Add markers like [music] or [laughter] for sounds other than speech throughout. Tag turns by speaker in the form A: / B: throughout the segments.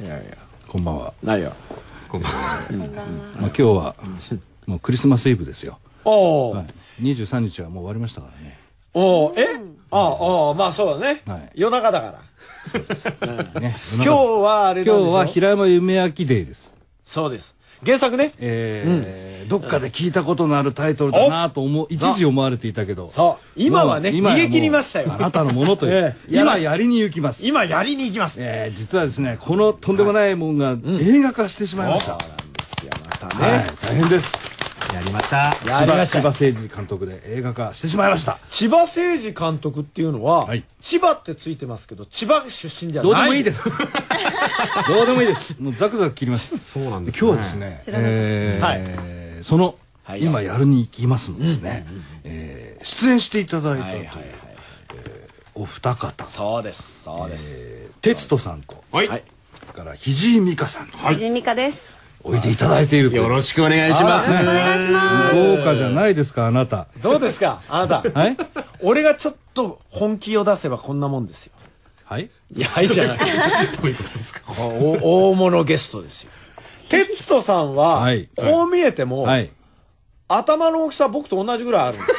A: いやいや
B: こんばんは、
A: ないよ
C: こんばんは
B: まあ、今日はもうクリスマスイブですよ、
A: おー、
B: はい、23日はもう終わりましたからね
A: おーえあああまあそうだね、
B: はい
A: 夜中だから
B: ね
A: 今日はあれなんで
B: 今
A: しょ
B: 日は平山夢明デーです
A: そうです原作ね
B: えーどっかで聞いたことのあるタイトルだなと思う一時思われていたけど
A: そう今はね
B: もう今や
A: 逃げ切りましたよ
B: もうあなたのものという
A: [laughs] え、えやら
B: 今
A: し
B: やりに行きます
A: 今やりに行きます、
B: えー実はですねこのとんでもないもんが映画化してしまいました、
A: なんですよまた
B: はい、大変です
C: やりました
A: やりました
B: 千葉誠二監督で映画化してしまいました
A: 千葉誠二監督っていうのは、
B: はい
A: 千葉ってついてますけど千葉出身じゃ
B: どうで
A: ない
B: もいいです [laughs] どうでもいいですもうザクザク切ります
C: そうなんです、ね、
B: 今日はですね、
D: らなかった
B: えーその、
A: はい
B: 今やるに行きますのですね、えー出演していただいた
A: は
B: と
A: い
B: い
A: はいうはい
B: お二方、
A: そうですそうです、
B: えー、哲人さんと、
C: はい、
A: はい
B: から藤井美香さんに
D: じみかです。
B: おいでいただいているという
C: よろしくお願いします
D: よろしくお願いします。
B: 豪華じゃないですかあなた
A: どうですかあなた
B: はい
A: 俺がちょっと本気を出せばこんなもんですよ
B: はい
A: いやいいじゃない
C: どういうことですか
A: お大 [laughs] 物ゲストですよ哲人さんは、
B: はい
A: こう見えても、
B: はい
A: 頭の大きさ僕と同じぐらいあるんですよ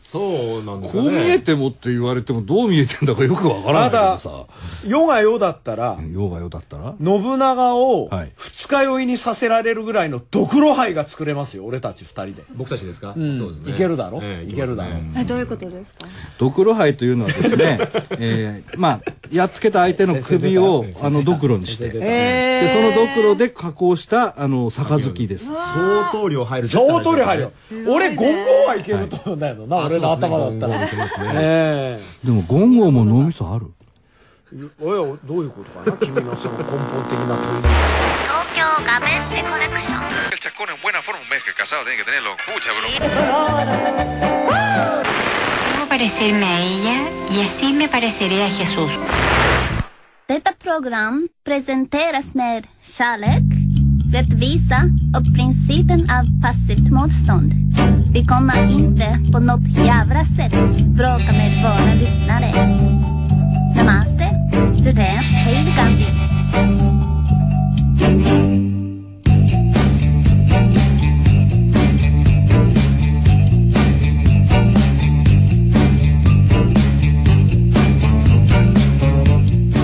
C: そうなんです
B: こ
C: よ
B: う
C: ね
B: 見えてもって言われてもどう見えてんだかよくわからないけどさ
A: [laughs] 世が世だったら、
B: 用がよだったら
A: 信長を
B: はい
A: 二日酔いにさせられるぐらいのドクロ杯が作れますよ俺たち二人で
C: 僕たちですか、そうですね
A: いけるだろ、
C: ええ
A: いけるだろ、
D: えどういうことですか。
B: ドクロ杯というのはです [laughs] ね、えーまあやっつけた相手の首をあのドクロにして
C: 先生
B: でそのドクロで加工したあの杯です
C: 相当量入る
A: 相当量入るよ
C: 絶、
A: 俺ゴンゴンはいけると思うんだけどな、
C: 対
A: 俺の
C: 入る
A: 頭だったら
C: あそうですねゴンゴンいけますね
A: え
B: でもゴンゴンも脳みそある
A: えおやどういうことかな君のその根本的な問い
E: 東京ガベッセコネクション
F: El chascón en buena forma, un mes que casado tiene que tenerlo. Escucha, bro.
G: Debo parecerme a ella y así me pareceré a Jesús.
H: Detta Este program presenteras med kärlek, rättvisa och principen av passivt motstånd. Vi kommer inte på något jävla sätt bråka med våra lyssnare. Namaste, Judea, hej Gandhi.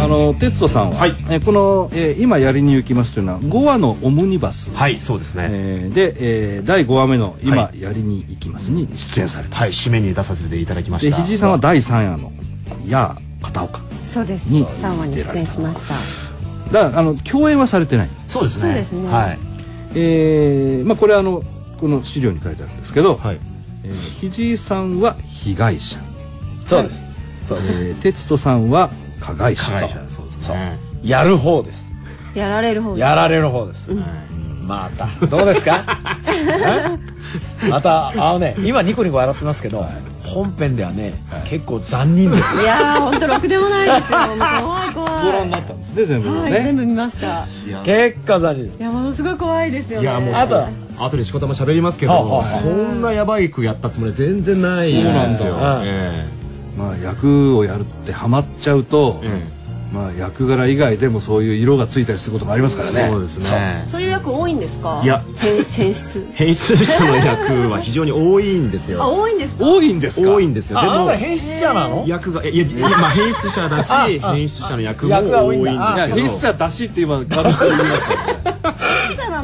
B: あの哲人さんは、
C: はい
B: えーこの、えー今やりに行きます」というのは5話のオムニバス、
C: はいそうですね、
B: えーで、えー第5話目の「今
C: は
B: やりに行きます」に出演された、
C: はい締めに出させていただきまし
B: で
C: た
B: 肘井さんは第3夜の「やあ片岡
D: そうです
B: に
D: 三話に出演しました。」
B: だからあの共演はされてない
C: そうですね
D: そうですね
C: はい
B: えーまあ、これはあのこの資料に書いてあるんですけど、
C: はい
B: えー肘井さんは被害者、
A: そうですそう
B: え
A: です、
B: ー、哲人さんは加害者
C: 加害者そうですね
A: やる方です
D: やられる方。
A: やられる方です、またどうですかえまたあのね今ニコニコ笑ってますけど、本編ではね、結構残忍ですよ
D: いやー本当ろくでもないですよ。怖い怖い。
B: ご覧になったんですね全部ね、
D: はい全部見ました。
A: 結構残忍です
D: いやものすごい怖いですよ
C: い
D: ね。
C: やもう
A: あとは
C: あとで仕事も喋りますけど、
A: はあはあ
C: そんなヤバい句やったつもりは全然ないですよ
A: そうなんだ
C: え
B: まあ、役をやるってハマっちゃうと、
C: ええ
B: まあ、役柄以外でもそういう色がついたりすることがありますから
C: えそう
B: ね
C: ですね
D: そういう役多いんですか。
C: いや
D: 変変質。
C: 変質者の役は非常に多いんです
D: あ
C: よ
D: 多いんですか。
B: 多いんですか
C: 多いんですよ
A: あ
C: で
A: あなた
C: も
A: 変質者なの
C: 役がいやいやまあ変質者だし変質者の役も
A: 役が多
C: 多
A: い
C: い
A: ん
C: ん
A: だ
B: い
C: です
B: や
C: けど
B: 必殺だしって今軽く言いましたけどね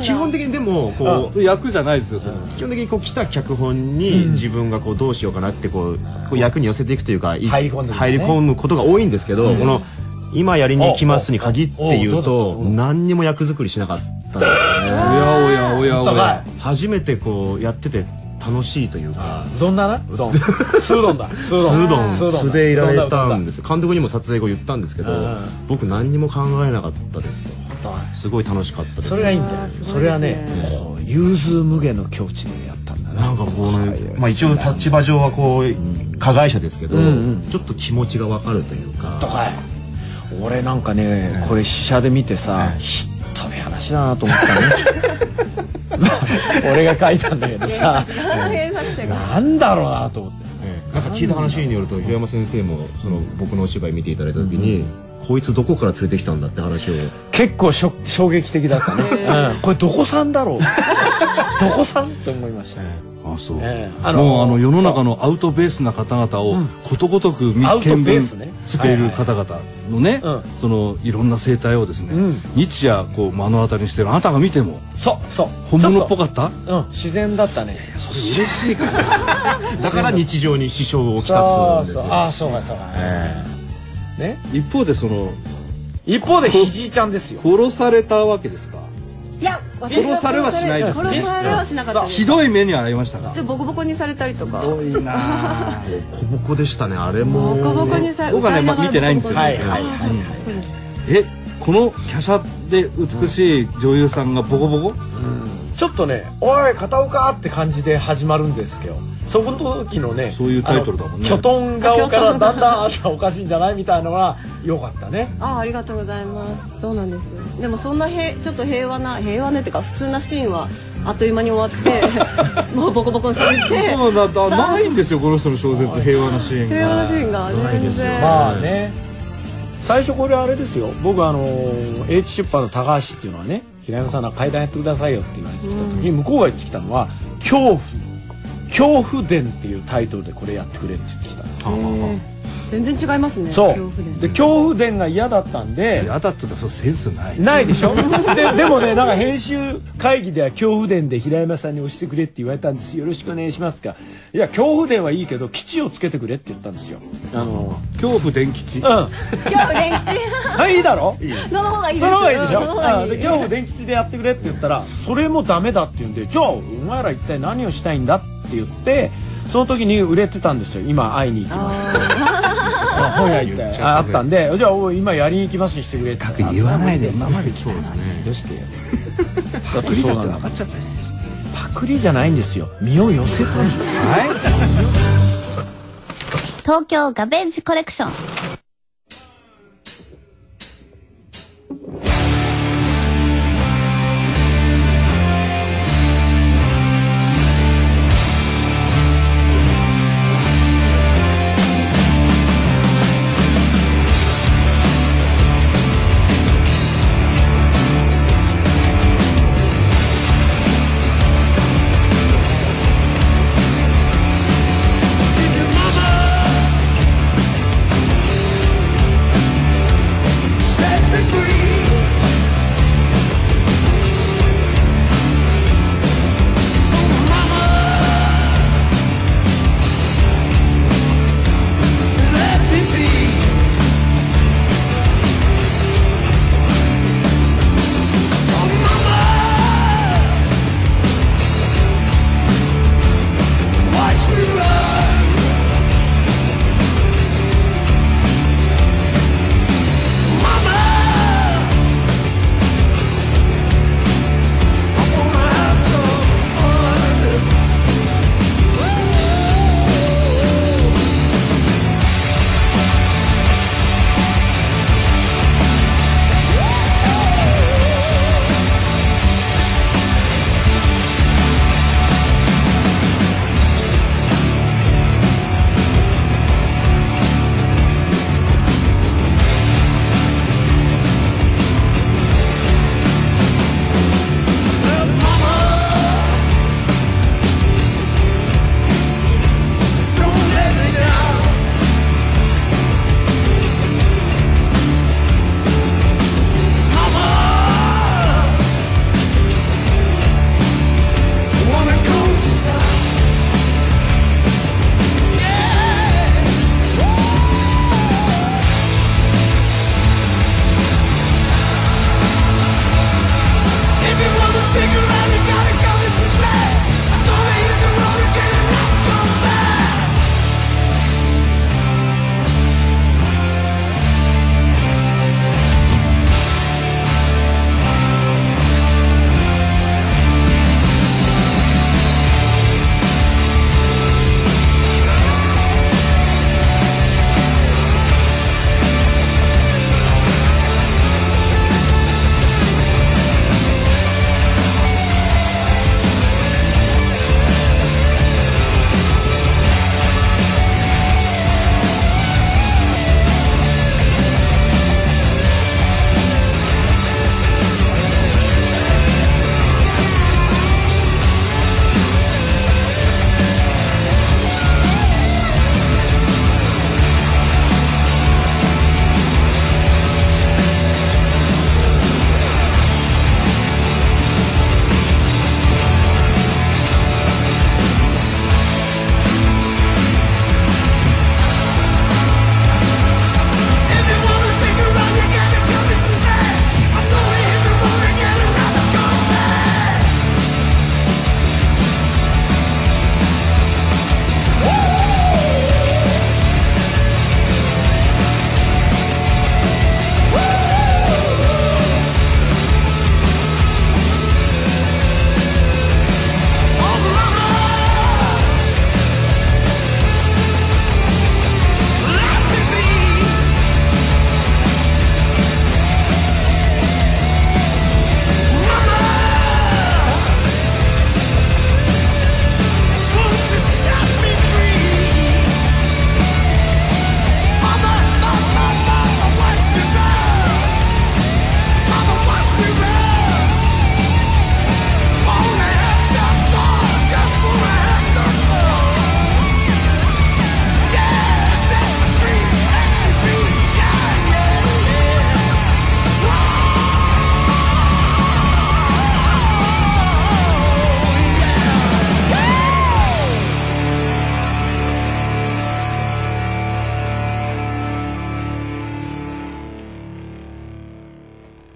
C: 基本的にでもこ
B: それ役じゃないですよそれ
C: う基本的にこう来た脚本に自分がこうどうしようかなってこうこう役に寄せていくというかい
A: 入り込んでくるね
C: 入り込むことが多いんですけどこの「今やりに行きます」に限って言う
A: おう
C: と何にも役作りしなかった
B: お
C: んですよね
B: やおやおやおや
C: 初めてこうやってて楽しいというか
A: うどんだなうどん素うどんだ素う
C: 素
A: どん
C: うどん
A: 素うどんだ
C: 素でいられたん
A: う
C: ですよ監督にも撮影後言ったんですけど
A: うん
C: 僕何にも考えなかったですよ
A: どんだ
C: すごい楽しかったです
A: それがいいんだよ、
D: あーすごいですね
A: それはねこう融通無下の境地でやったんだな
C: なんかこうね、まあ、一応立場上はこう加害者ですけど、
A: ん
C: ちょっと気持ちがわかるというか
A: とかい俺なんかね、これ試写で見てさ、ひっとめ話だなと思ったね俺が書いたんだけどさ
D: 変作者が。
A: なんだろうなと思って
C: ええなんか聞いた話によると平山先生もその僕のお芝居見ていただいた時に、こいつどこから連れてきたんだって話を
A: 結構しょ衝撃的だったね、うん、これどこさんだろう [laughs] どこさんって思いました、
B: あそう、
A: ええ
B: あ
A: あ
B: の
A: の
B: もうあの世の中のアウトベースな方々をことごとく見
A: アウト
B: 見
A: ベー
B: 分
A: スね
B: している方々のね、
A: うん
B: そのいろんな生態をですね、
A: うん
B: 日夜こう目の当たりにしてるあなたが見ても
A: そうそう
B: 本物っぽ
A: か
B: かった
A: うん自然だったね
B: 嬉しいか [laughs]
C: だから日常に支障をきた
A: あ
C: すんです
A: そう
C: よ
A: あーそうかそうか、
C: え
A: ね
B: 一方でその
A: 一方でひじいちゃんですよ
B: 殺されたわけですか
D: いや
B: 私は殺されはしないですね
D: 殺されはしなかったです
B: ひどい目に遭いました
D: [laughs]
B: か
D: でボコボコにされたりとか
B: ひどいなあ
C: えボコボコでしたねあれも
D: ボコボコにされ
B: 僕はねまあ見てないんですよね
A: はいはい
D: あそうですそうです
B: [laughs] えこの華奢で美しい女優さんがボコボコ
A: ちょっとね「おい片岡!」って感じで始まるんですけどそこの時のね
B: そういうタイトルだもんね
A: あのキョトン顔からだんだんあんたおかしいんじゃないみたいのが良かったね
D: あありがとうございますそうなんですよでもそんなへちょっと平和な平和ねっていうか普通なシーンはあっという間に終わってもうボコボコにされて
B: そうなんだ
D: さあ
B: ないんですよこの人の小説平和なシーン
D: 平和
B: が
D: なシーンが全然
A: まあね最初これあれですよ僕あの H 出版の高橋っていうのはね平山さんの階段やってくださいよって言われてきた時に向こうが言ってきたのは「恐怖恐怖伝」っていうタイトルでこれやってくれって言ってきたんですよ
D: へえ全然違いますね
A: そ
D: 恐怖
A: うで
D: で
A: 恐怖伝が嫌だったんで
B: やだっつうかそうセンスない
A: ないでしょででもねなんか編集会議では恐怖伝で平山さんに押してくれって言われたんですよろしくお願いしますかいや恐怖伝はいいけど基地をつけてくれって言ったんですよあの
B: 恐怖電吉
A: うん
D: 今日電吉
A: はいいいだろ
D: その方がいいです
A: その方がいいでしょ、
D: うんその方がいい
A: うんで今日も電吉でやってくれって言ったらそれもダメだって言うんでじゃあお前ら一体何をしたいんだって言ってその時に売れてたんですよ今会いに行きますあ本屋行ってああったんでじゃあおい今やりに行きますにしてくれって言わないで今まで来たのにどうしてだってそうなんだ
B: っちゃったじゃん
A: パクリじゃないんですよ身を寄せたんですよ
H: 東京ガベージコレクション。
I: Mama!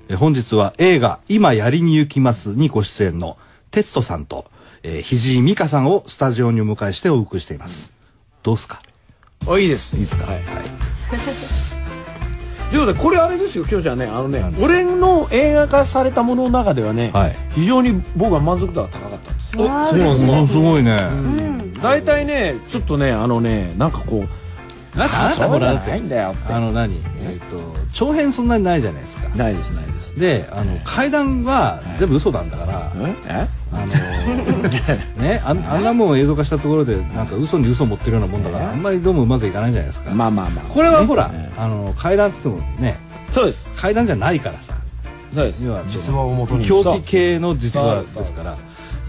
B: えー本日は映画「今やりに行きます」にご出演の哲人さんと、えー、肘井美香さんをスタジオにお迎えしてお送りしています。どうすか
A: あいいです
B: いいですか、
A: はいということでこれあれですよ今日じゃねあのね俺の映画化されたものの中ではね、
B: はい
A: 非常に僕は満足度が高かったんです
D: お
B: そうなんですものすごいね。
A: 大体ねちょっとねあのねなんかこうなんか
B: あなたほらだって
A: んだよ
B: あの何えっ、と長編そんなにないじゃないですか。
A: ないですないです
B: であの階段は全部嘘なんだから、
A: え [laughs]
B: あのねあんあんなもん映像化したところでなんか嘘に嘘を持ってるようなもんだからあんまりどうもうまくいかないじゃないですか。
A: まあまあまあ
B: これはほら、あの階段っつってもね
A: そうです
B: 階段じゃないからさ
A: そうです
B: 要は
C: 実話を元に
B: 狂気系の実話
A: そう
B: ですから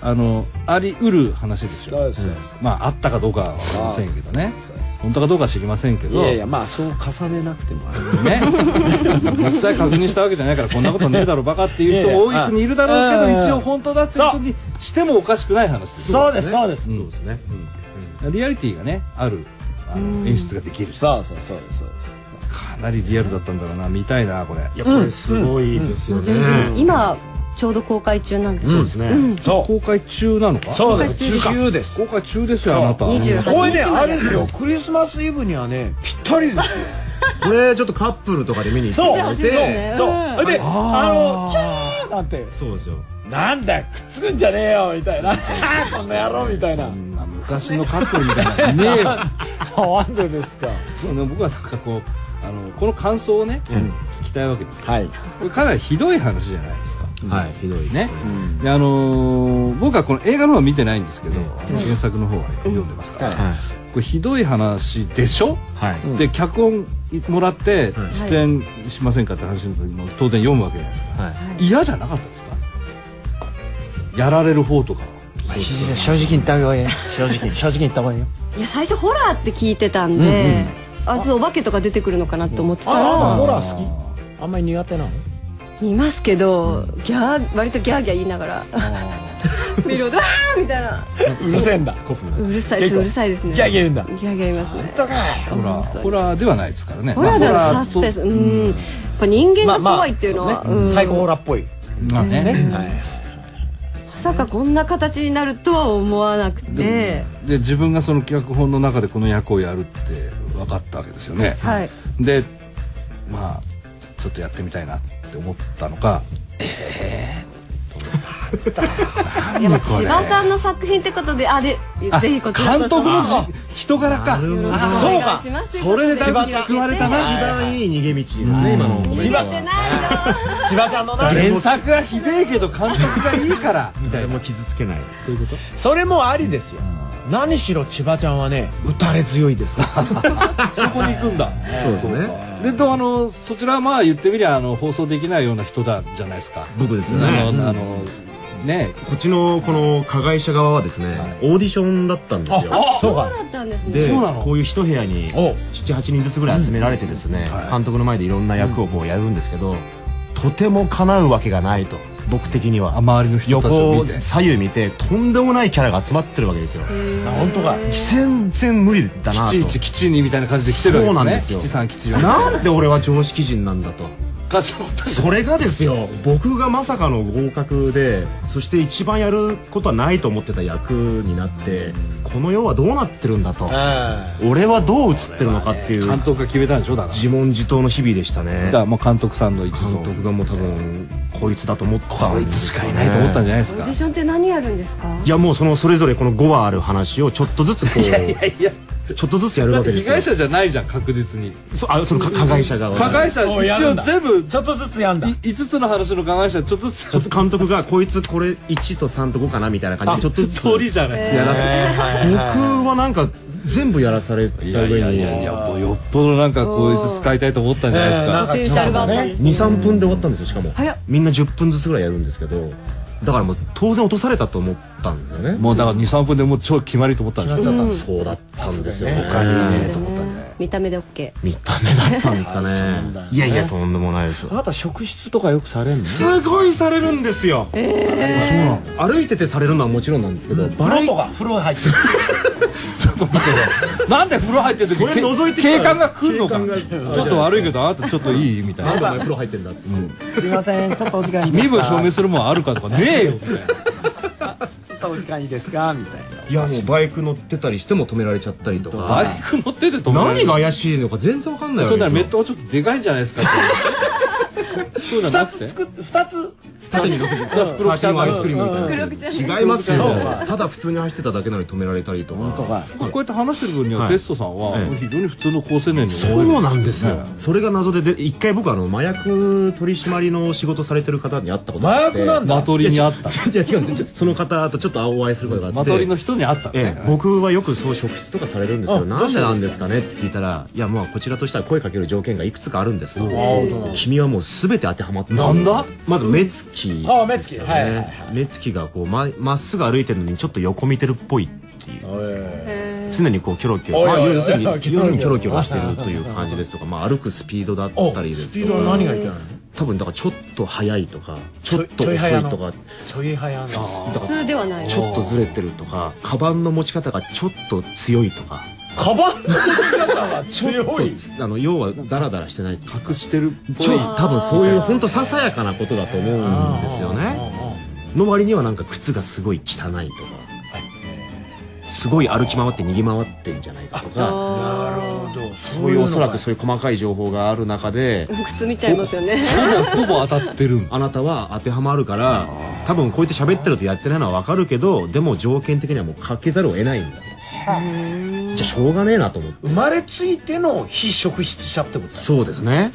B: あのあり得る話ですよ
A: そうです
B: んまああったかどうかは分かりませんけどね
A: そうです
B: 本当かどうかは知りませんけ
A: い
B: ど
A: やいやまあそう重ねなくてもあれ
B: ね実際確認したわけじゃないからこんなことねえだろバカっていう人も
A: いやいや
B: 多くにいるだろうけ
A: うん
B: ど一応本当だっていうことにしてもおかしくない話ですよ
A: です [laughs] そうです
B: うん
C: ですね
B: リアリティがねあるあの演出ができる
A: そうそうそうですそうです
B: かなりリアルだったんだろうな見たいなこれ
C: いやこれすごいですよ
D: 全
C: ね、
D: 然今ちょうど公開中なんですよ、
C: そうですね、
A: そ
B: 公開中なのか
A: うそうです
D: 公開中か
A: 中です
B: 公開中ですよあなた
D: 28
A: これね
D: 日ま
A: あ
D: で
A: れですよクリスマスイブにはねぴったりですよ
C: これちょっとカップルとかで見に行って
A: そう
C: いただい
D: 見てほしいです
C: て
D: ね
A: そう
D: うん
A: それであのキャーなんて
C: そうですよ
A: なんだよくっつくんじゃねえよみたいな [laughs] こんな野郎みたいな
B: まあ昔のカップルみたいなのねえよ
A: なんでですか
B: そうね僕はなんかこうあのこの感想をね、聞きたいわけですよ
A: はい
B: これかなりひどい話じゃないですか
C: はいひどい
B: ね、であのー僕はこの映画の方は見てないんですけど、
C: うん
B: あの原作の方は読んでますから、
A: はい
C: はい
B: これひどい話でしょ、
C: はい、
B: で脚本もらって
C: はい
B: 出演しませんかって話の時も当然読むわけじゃないですか
C: はい
B: 嫌じゃなかったですかやられる方とかは
I: 正直に言った方がいいよ正直に正直に言った方がいいよ
D: いや最初ホラーって聞いてたんで、あちょっとお化けとか出てくるのかなって思ってたら、
A: ああホラー好きあんまり苦手なの
D: いますけどギャー割とギャーギャー言いながら [laughs] 見ると「あーみたいな
A: うるせえんだ
C: 古風な
D: うるさい
A: 結構
D: ちょっとうるさいですね
A: ギャーギャー言うんだ
D: ギャーギャー言いますね
B: ホラーホラーではないですからね
D: ホラーで
B: まあホ
D: はサ
B: ラーと
D: スペンスうんやっぱ人間が怖いっていうのは、
A: まあまあそうね
D: うん
A: サイコホラーっぽい
B: まあね
D: まさかこんな形になるとは思わなくて、
B: で自分がその脚本の中でこの役をやるって分かったわけですよね、
D: はい
B: でまあちょっとやってみたいなって思ったのか
D: いやまあ千葉さんの作品ってことであで
B: あ
D: ぜひこちらこ
B: 監
D: そ
B: 督のじ
D: よ
B: 人柄か
D: ろしくお
B: あ
D: 願
B: そう
D: い
B: か
D: します
B: それでだいぶ
D: ということ
B: 救われたな
C: 一番いい逃げ道ですね今の
D: 逃げてないよ
A: 千葉ちゃんのな
B: 原作はひでえけど監督がいいからみたい
C: 誰
B: な
C: も傷つけない
B: そういうこ
A: それもありですよ何しろ千葉ちゃんはね打たれ強いですから
B: とそこに行くんだ
C: そうですね
B: でとあのそちらはまあ言ってみりゃあの放送できないような人だじゃないですか
C: 僕です
B: あの,、
C: よね、うん
B: あのね
C: こっちのこの加害者側はですね、オーディションだったんですよ
A: そうか
D: そうだったんですね
C: で
B: そうなの
C: こういう一部屋に
A: お
C: 78人ずつぐらい集められてですね、監督の前でいろんな役をこうやるんですけど、とても叶うわけがないと僕的には
B: 周りの人たちを
C: 横
B: 見て
C: 左右見てとんでもないキャラが集まってるわけですよ
A: 本当か
C: 全然無理だな
B: き
C: と
B: ちいちきちにみたいな感じで来てるわけですね
C: そうなんですよ
B: きちさんきちよ
C: なんで俺は常識人なんだと
B: かちょっと
C: それがですよ僕がまさかの合格でそして一番やることはないと思ってた役になってこの世はどうなってるんだと俺はどう映ってるのかっていう
B: 監督が決めたんでしょだから
C: 自問自答の日々でしたね
B: だからもう監督さんの一
C: 監
B: 存
C: 督がもう多分こいつだと思った
B: こいつしかいないと思ったんじゃないです
D: オー
B: か
D: ディションって何やるんですか
C: いやもうそのそれぞれこの5話ある話をちょっとずつこう
B: いや
C: ちょっとずつやる
B: だ
C: わ
B: っ
C: け
B: て
C: で
B: 被
C: すよ
B: 害者じゃないじゃん確実に
C: そあそのか加害者側
B: 加害者
A: もうや
B: 一
A: る
B: 応
A: んだ
B: 全部
A: ちょっとずつやんだ
B: 5つの話の加害者ちょっとずつ
C: ちょっと監督がこいつこれ1と3と5かなみたいな感じでちょっとずつ
B: 通りじゃないですか
C: やらせ僕はなんか全部やらされた上
B: いやいやいやい
C: に
B: やもうよっぽどなんかこいつ使いたいと思ったんじゃないです
A: なん
B: か
A: か
D: ポテンシャルがあったんですね
C: 23分で終わったんですよしかも
D: 早っ
C: みんな10分ずつぐらいやるんですけどだからもう当然落とされたと思ったんですよね
B: もうだから23分でもう超決まりと思ったんでしょ
C: そうだったんですよ
B: 他
C: 他
B: に
C: に
B: ね
C: ね
B: と思ったんじゃない
D: 見た目で OK
C: 見た目だったんですかね
A: だよね
C: いやいやとんでもないです
A: あなた職質とかよくされるの
C: すごいされるんですよ、歩いててされるのはもちろんなんですけど、バラエ
A: 風呂とか風呂入ってる
B: と思うけどなんで風呂入ってる時
C: それ覗いてきた
B: け
C: よ
B: 警官が来るのか
C: 警
B: ちょっと悪いけどあなたちょっといいみた
C: ないんでお
B: な
C: 前風呂入ってんだっつって
I: すいません、ちょっとお時間いいです
B: 身
I: か
B: 分証明するもんあるかとかねえよみたいな
A: ちょっとお時間いいですかみたいない
C: やもうバイク乗ってたりしても止められちゃったりと
B: バイ
C: か
B: ク乗ってて止められ
C: 何
B: る
C: が怪しいのか全然わかんないわ
B: そ
C: け
B: うだ
C: です
B: ね
C: よ
B: メットがちょっとでかいんじゃないですかってそうじゃな
A: 2
B: く
A: つ
B: て
A: 作っ2つ
C: 縦に乗せて
B: 袋口
C: 先はアイスクリームみ
D: 黒
C: たい
D: 口
C: な
D: じゃない
C: 違いますよ
A: 黒口
C: ただ普通に走ってただけなのに止められたりとか
A: とか
B: こうやって話してる分には
C: はい
B: テストさんは
C: ええ
B: 非常に普通の高青年に思える
C: そうなんですよ、
B: ね
C: それが謎でで一回僕あの麻薬取締りの仕事されてる方に会ったこと
A: 麻
C: があって
A: 薬なんだ
B: マトリにあった
C: いや違うんですよその方とちょっとお会いすることがあって
B: マトリの人にあったの
C: え
B: ね
C: え、僕はよくそう職質とかされるんですけど
A: あ
C: なんでなんですかねって聞いたらいやまあこちらとしては声かける条件がいくつかあるんですと君はもう全て当てはまってた
B: なんだ
C: まず目つき
A: ああ目つき
C: ですよ
A: はいはいはい
C: ね目つきがこうままっすぐ歩いてるのにちょっと横見てるっぽいっていう常にこうキョロキョロ、まあ、
A: おいおいおい
C: 要す
A: [laughs]
C: るに
A: おい
C: 要
A: おい
C: するにキョロキョロしてるという感じですとか、まあ、歩くスピードだったりですとか
A: 何がいけないの
C: 多分だからちょっと速いとかちょっと
A: ちょ
C: 遅
A: い
C: い
A: 早の
C: とか
A: ちょい早な
D: 普通ではない
C: ちょっとずれてるとかカバンの持ち方がちょっと強いとか
A: カバンの姿が
C: ちょっと
A: 強い
C: つあの要はダラダラしてないとか
B: 隠してるっぽ
C: ちょ
B: い
C: い多分そういう本当ささやかなことだと思うんですよねの割にはなんか靴がすごい汚いとかすごい歩き回って逃げ回ってんじゃないかとか
A: なるほど
C: そういうおそらくそういう細かい情報がある中で
D: 靴見ちゃいますよね
B: ほぼ当たってるんだ
C: あなたは当てはまるから多分こうやって喋ってるとやってないのはわかるけどでも条件的にはもうかけざるを得ないんだじゃあしょうがねえなと思って
A: 生まれついての非職質者ってことだ
C: そうですね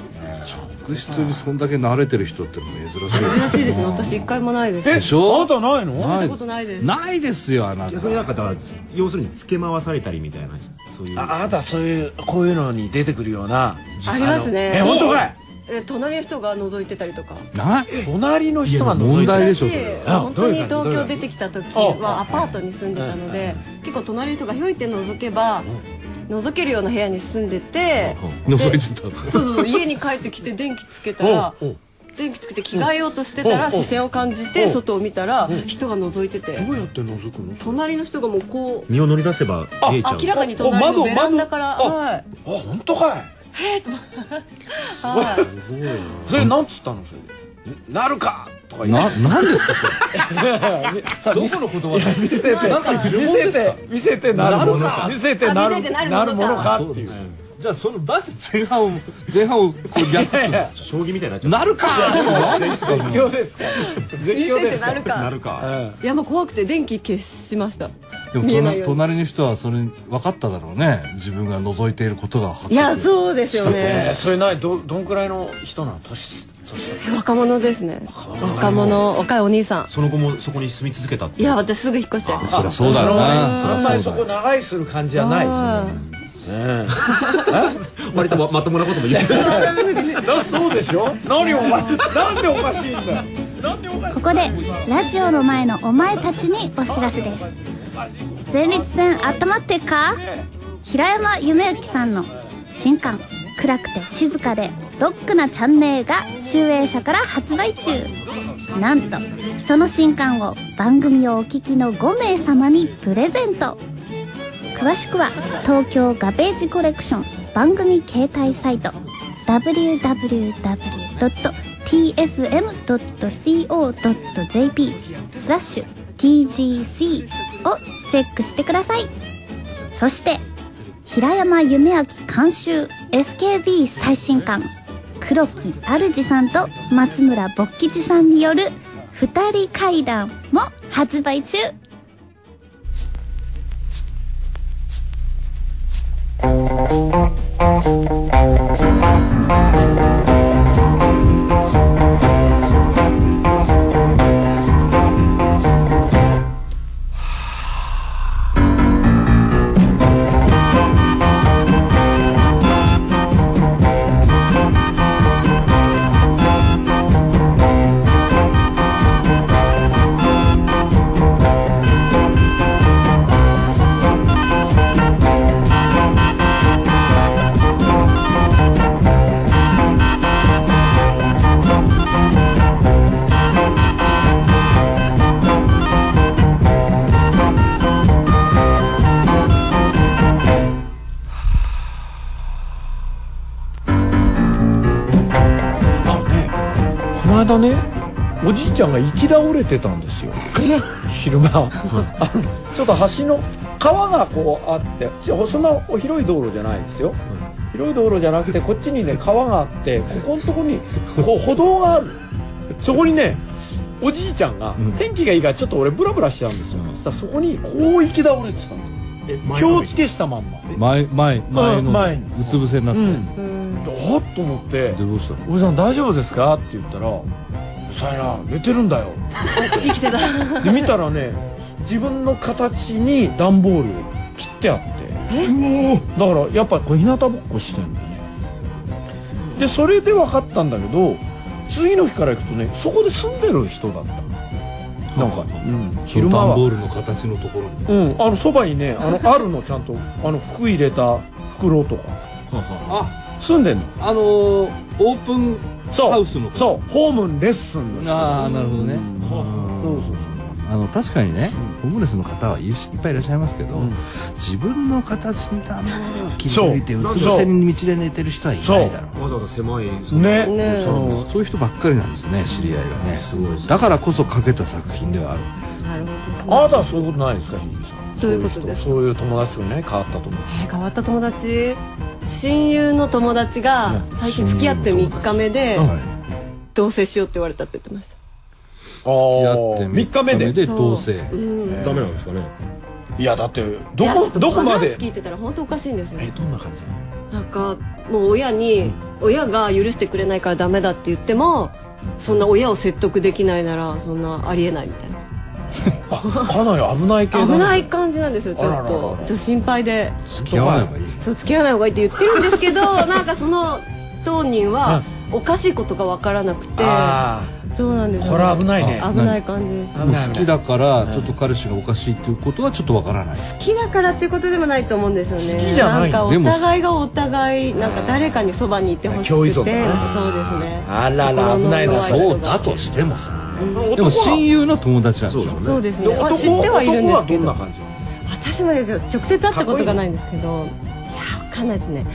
B: 普通にそんだけ慣れてる人ってのも珍しいよね
D: 珍しいですね私一回もないです
B: でしょ
A: あなたないの
D: 見たことないです
B: ないですよあなた
C: 逆になんかだから要するにつけ回されたりみたいなそういう
A: ああなたそういうこういうのに出てくるような
D: ありますね
A: え本当かい
D: え隣の人が覗いてたりとか
B: な
A: 隣の人が覗
B: 問
A: いて
B: 題で
D: 私
B: しょそれ
A: あ
D: 本当に
A: どういう感
D: 東
A: じどういう
D: 京
A: 感じ
D: 出てきた時はアパートに住んでたので結構隣の人がひょいって覗けば覗けるような部屋に住んでて
B: 覗いてた
D: そうそうそう家に帰ってきて電気つけたら電気つけて着替えようとしてたら視線を感じて外を見たら人が覗いてて
A: どうやって覗くの
D: 隣の人がもうこう
C: 身を乗り出せば見えちゃう
D: 明らかに隣のベランダから
A: 窓窓
D: はい
A: あ本当かい
D: はい
A: それなんつったのそれでんなるかとか言って
B: ななんですかそ [laughs]
A: さあ
B: れど
A: 見せ
B: この言葉だ
A: 見せて
B: なんか
A: 見
B: 呪文
A: せ
B: ですか
A: て見せてなるものか見せてな
D: あ
A: る
D: 見せてなるものか
A: なるものかっていう
B: じゃあそのだって前半を前半をこう略すんですか
C: 将棋みたいになっちゃう
B: なるかなんですか
A: 絶叫ですか絶
D: 見
A: 叫
D: せ
A: で
D: て
A: す
D: な
A: か
D: るか
C: るか
A: うん
D: いやもう怖くて電気消しました
B: でも
D: 見えないよ
B: 隣隣
D: うに
B: の人はそれ分かっただろうね自分が覗いていることが
D: いやそうですよ
A: えー
D: ね
A: それないどどんくらいの人なの年年
D: 若者ですね若者若いお兄さん
C: その後もそこに住み続けたって
D: いや私すぐ引っ越しちゃいました
B: そりゃそうだろう
A: あ
B: なそ
A: んまりそ
B: りゃそ
A: こ
B: うだ
A: 長居する感じはないですね
C: 割とままともなことも言ってた [laughs]
A: だそうでしょ何お前なんでおかしいんだよなんでおかしい
H: ここでラジオの前のお前たちにお知らせです前立腺温まってっか平山夢之さんの新刊「暗くて静かでロックなチャンネル」が集英社から発売中なんとその新刊を番組をお聞きの5名様にプレゼント詳しくは東京ガベージコレクション番組携帯サイト www.tfm.co.jp スラッシュ tgc をチェックしてくださいそして平山夢明監修 FKB 最新刊黒木主さんと松村勃吉さんによる二人会談も発売中
E: 「
A: の間ねおじいちゃんが行き倒れてたんですよ昼間あのちょっと橋の川がこうあってちょそんなお広い道路じゃないですよ広い道路じゃなくてこっちにね川があってここのとこにこう歩道があるそこにねおじいちゃんが天気がいいからちょっと俺ブラブラしてたんですよそしたらそこにこう行き倒れてたの気をつけしたまんま
B: 前前前の
A: 前
B: うつ伏せになっ
A: う
B: て、
A: んどーっと思っ
B: で
A: て
B: どうしたの
A: 「おじさん大丈夫ですか?」って言ったら「うるさいな寝てるんだよ
D: 生きてた」
A: で見たらね自分の形に段ボールを切ってあってうおーだからやっぱこう日向ぼっこしてんだよねでそれで分かったんだけど次の日から行くとねそこで住んでる人だったなんか、うん、昼
B: その段
A: 間
B: ボ
A: は
B: ールの形のところに
A: うんあのそばにねあ
B: [laughs]
A: のあるのちゃんとあの服入れた袋とか
B: あ
A: 住んでんの
B: あのオープン
A: そう
B: ハウスのこと
A: そうホームレッスンの人
B: ああなるほどね
A: そうそうそう
B: あの確かにね、ホームレスの方はいしいっぱいいらっしゃいますけど、
A: うん
B: 自分の形に段ボールを切り抜いてうつ伏せに道で寝てる人はいないだろう
C: わざわざ狭いその
A: ね
D: ねえ
A: そう
B: そういう人ばっかりなんですね知り合いがね
C: すごいですね
B: だからこそ書けた作品ではある
D: なるほ
A: あなたはそういうことないですかひじりさん
D: どういうことですか
A: そういう人そういう友達とね変わったと思う
D: [laughs] えー変わった友達親友の友達が最近付き合って3日目で同棲しようって言われたって言ってました
B: や
A: ああ3日目で
B: で同棲
D: うん
C: ダメなんですかね
A: いやだって
D: い
A: ど
D: やちょっ
A: ことどこまで
D: 話聞いてたら本当おかしいんですよ
A: えどんな感じ
D: なんかもう親に親が許してくれないからダメだって言ってもそんな親を説得できないならそんなありえないみたいな
A: あかなり危ない系だね
D: 危ない感じなんですよちょっと
A: あらららら
D: ちょっと心配で
B: 付き合わない方がいい
D: そう付き合わない方がいいって言ってるんです
A: [laughs]
D: けどなんかその当人はおかしいことが分からなくて
A: あ
D: そうなんです
A: あ
D: よ
A: これは危ないね
D: 危ない感じです
A: 危
B: もう
A: ない
B: 好きだからちょっと彼氏がおかしいっていうことはちょっとわからない
D: 好きだからっていうことでもないと思うんですよね
A: 好きじゃない
D: んかお
B: でも
D: 互いがお互いなんか誰かにそばにいてほしくてそう
A: 共依
D: です
A: 存
D: ね
A: だあらら
D: 心の
A: 危ないな
D: 弱人が
B: そうだとしてもさ
A: 危ない
B: でも親友の友達なんでしょ
D: そうですね
A: 男
D: あ知ってはいるんですけ
A: 男
D: ど
A: はどんな感じ
D: 私はですよ直接会ったことがないんですけどいやわかんないですね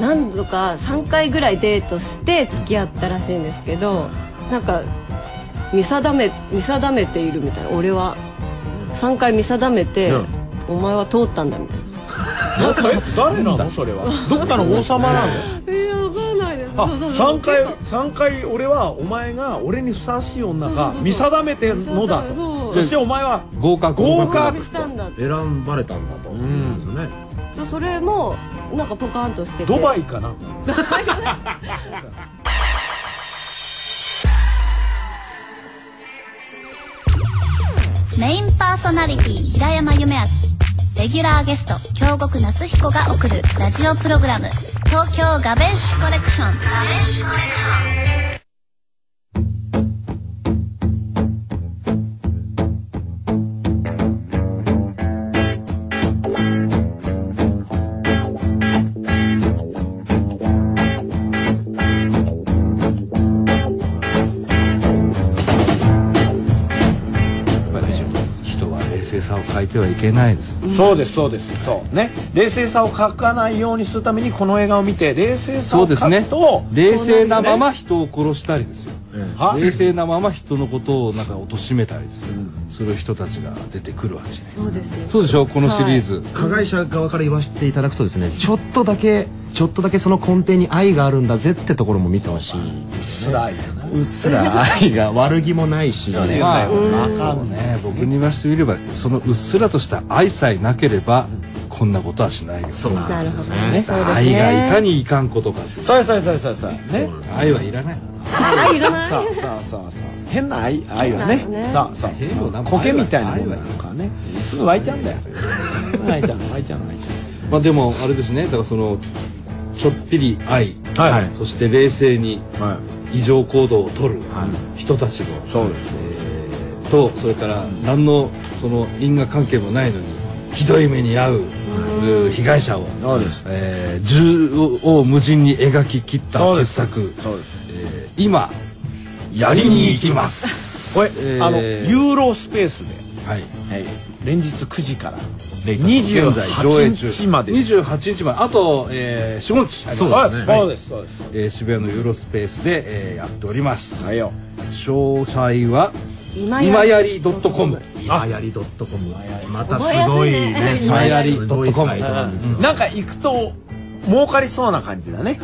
D: 何度か3回ぐらいデートして付き合ったらしいんですけどなんか見定め見定めているみたいな俺は3回見定めて、
A: うん
D: お前は通ったんだみたいな
A: え誰なのそれはどっかの王様なの
D: えー、わかんないです
A: あ
D: そうそうそう
A: 3回三回俺はお前が俺にふさわしい女
D: そうそ
A: が
D: うそう
A: 見定めてるのだ
D: そ
A: と
D: う
A: そしてお前は
B: 合格
A: 合格
D: 結婚したんだ
C: 選ばれたんだと
A: ん
C: ですよね
D: それもなんかポカーンとしてて
A: ドバイかな
H: メインパーソナリティ平山夢明レギュラーゲスト京極夏彦が送るラジオプログラム「東京ガベッシュコレクション」
B: やっぱり人は冷静さを変えてはいけないです
A: そうですそうですそうね冷静さを書かないようにするためにこの映画を見て冷静さ
B: そ
A: を
B: うで
A: 書
B: すね
A: くと
B: 冷静なまま人を殺したりですよ
A: は
B: 冷静なまま人のことをなんか貶めたりでするする人たちが出てくるわけじゃないです
D: そ
B: か
D: うですよ
B: そうでしょこのシリーズ
C: 加害者側から言わせていただくとですねちょっとだけちょっとだけその根底に愛があるんだぜってところも見てほしい
A: 辛いよね
C: うっすら愛が悪気もないし
B: まあそうね僕に言わせてみればそのうっすらとした愛さえなければこんなことはしないよ
C: そうなんですよね
B: 愛がいかにいかんことか
A: さあさあさあさあさあね
B: 愛はいらない
D: あいらない
A: さあさあさあさあ変な愛愛はね
D: 変なのね
A: さあさ
B: 変よな
A: あ苔みたいなもんだからねすぐ湧いちゃうんだ [laughs] よすぐ湧いちゃうの湧いちゃうの湧いちゃ
B: まあでもあれですねだからそのちょっぴり愛、
A: はい
B: そして冷静に
A: うは
B: 異常行動を取る人たちの、
A: いそうです
B: とそれから何のその因果関係もないのにひどい目に遭ううー被害者を、
A: そうです
B: えー縦横無尽に描き切った
A: そうで
B: 傑
A: す
B: 作
A: そうです
B: えー今やりに行きます
A: [laughs] これ
B: えー
A: あのユーロスペースで
B: はい
A: はい連日9時から
C: レイタ
A: 二
C: ス
A: 十八日まで。
B: 28日まであと、えー、45日あります
A: は
C: そうですね
A: いそうですそうです。
B: えー渋谷のユーロスペースで、えーやっております、
A: はいよ。
B: 詳細は
D: 今
B: 今やり .com
C: 今やり .com またすご
D: 覚
C: い
D: え
C: ね
D: やすいね
C: サイトすごいサイトなんですよ
A: なんか行くと儲かりそうな感じだね。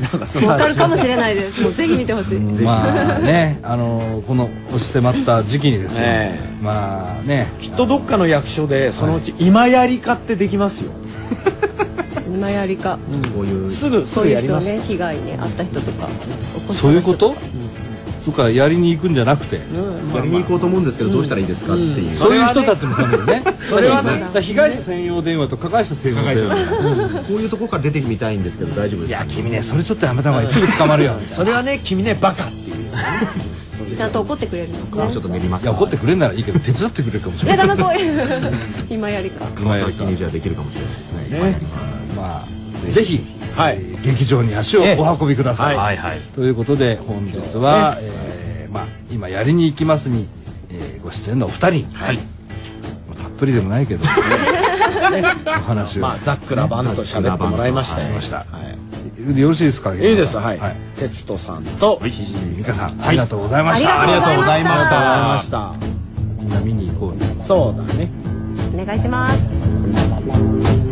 A: なんかそん
D: わ
A: な
D: かるかもしれないですもうぜひ見てほしい
B: まあね、あのーこの押し迫った時期にですね、
A: え
B: まあね
A: きっとどっかの役所でそのうち今やり化ってできますよ。
D: 今やりか
C: こういう
A: すぐす
D: そう
A: ぐ
D: いう
A: やり
D: 人
A: ます。
D: ね被害に遭った人とか起こした人か
B: そういうこととかやりに行くんじゃなくて、
A: うんま
C: や
A: あ
C: りに行こうと思うんですけどどうしたらいいですかっていう
B: そういう人たちのためにね
A: それはね
B: だから被害者専用電話と加害者専用電話
C: こういうとこから出てみたいんですけど大丈夫で
B: い
C: すか
B: や君ねそれちょっとやめた方がいいすぐ捕まるよみたい
A: それはね君ねバカっていう。
D: ちゃんと怒ってくれるんですね
C: ちょっと練りま
B: ない
C: す
B: や
C: わ
B: 怒ってくれんならいいけど手伝ってくれるかもし
D: い
B: れ
D: や
B: な
D: だ
B: い
D: めこい [laughs] 今やりか
C: まさきにじゃあできるかもしれないですね
A: ね。
B: まあぜひ、
A: はい
B: えー劇場に足を
A: ええ
B: お運びください、
A: はい
C: はい
B: ということで本日は、えーまあ、今やりに行きますに、えーご出演のお二人、
C: はい
B: まあたっぷりでもないけ
A: [laughs]
B: ど、ねお話を、
A: まあざっくらばんと喋ってもらいましたよ。
B: ざっくらばんとはいました
A: はい
B: よろしいですか
A: いいですはい
B: はい、。
A: 哲人さんとあり
B: 美香さん、ありがとうございました
D: ありがとうございました
A: ました。
B: みんな見に行こうね
A: そうだね。
D: お願いします
A: 「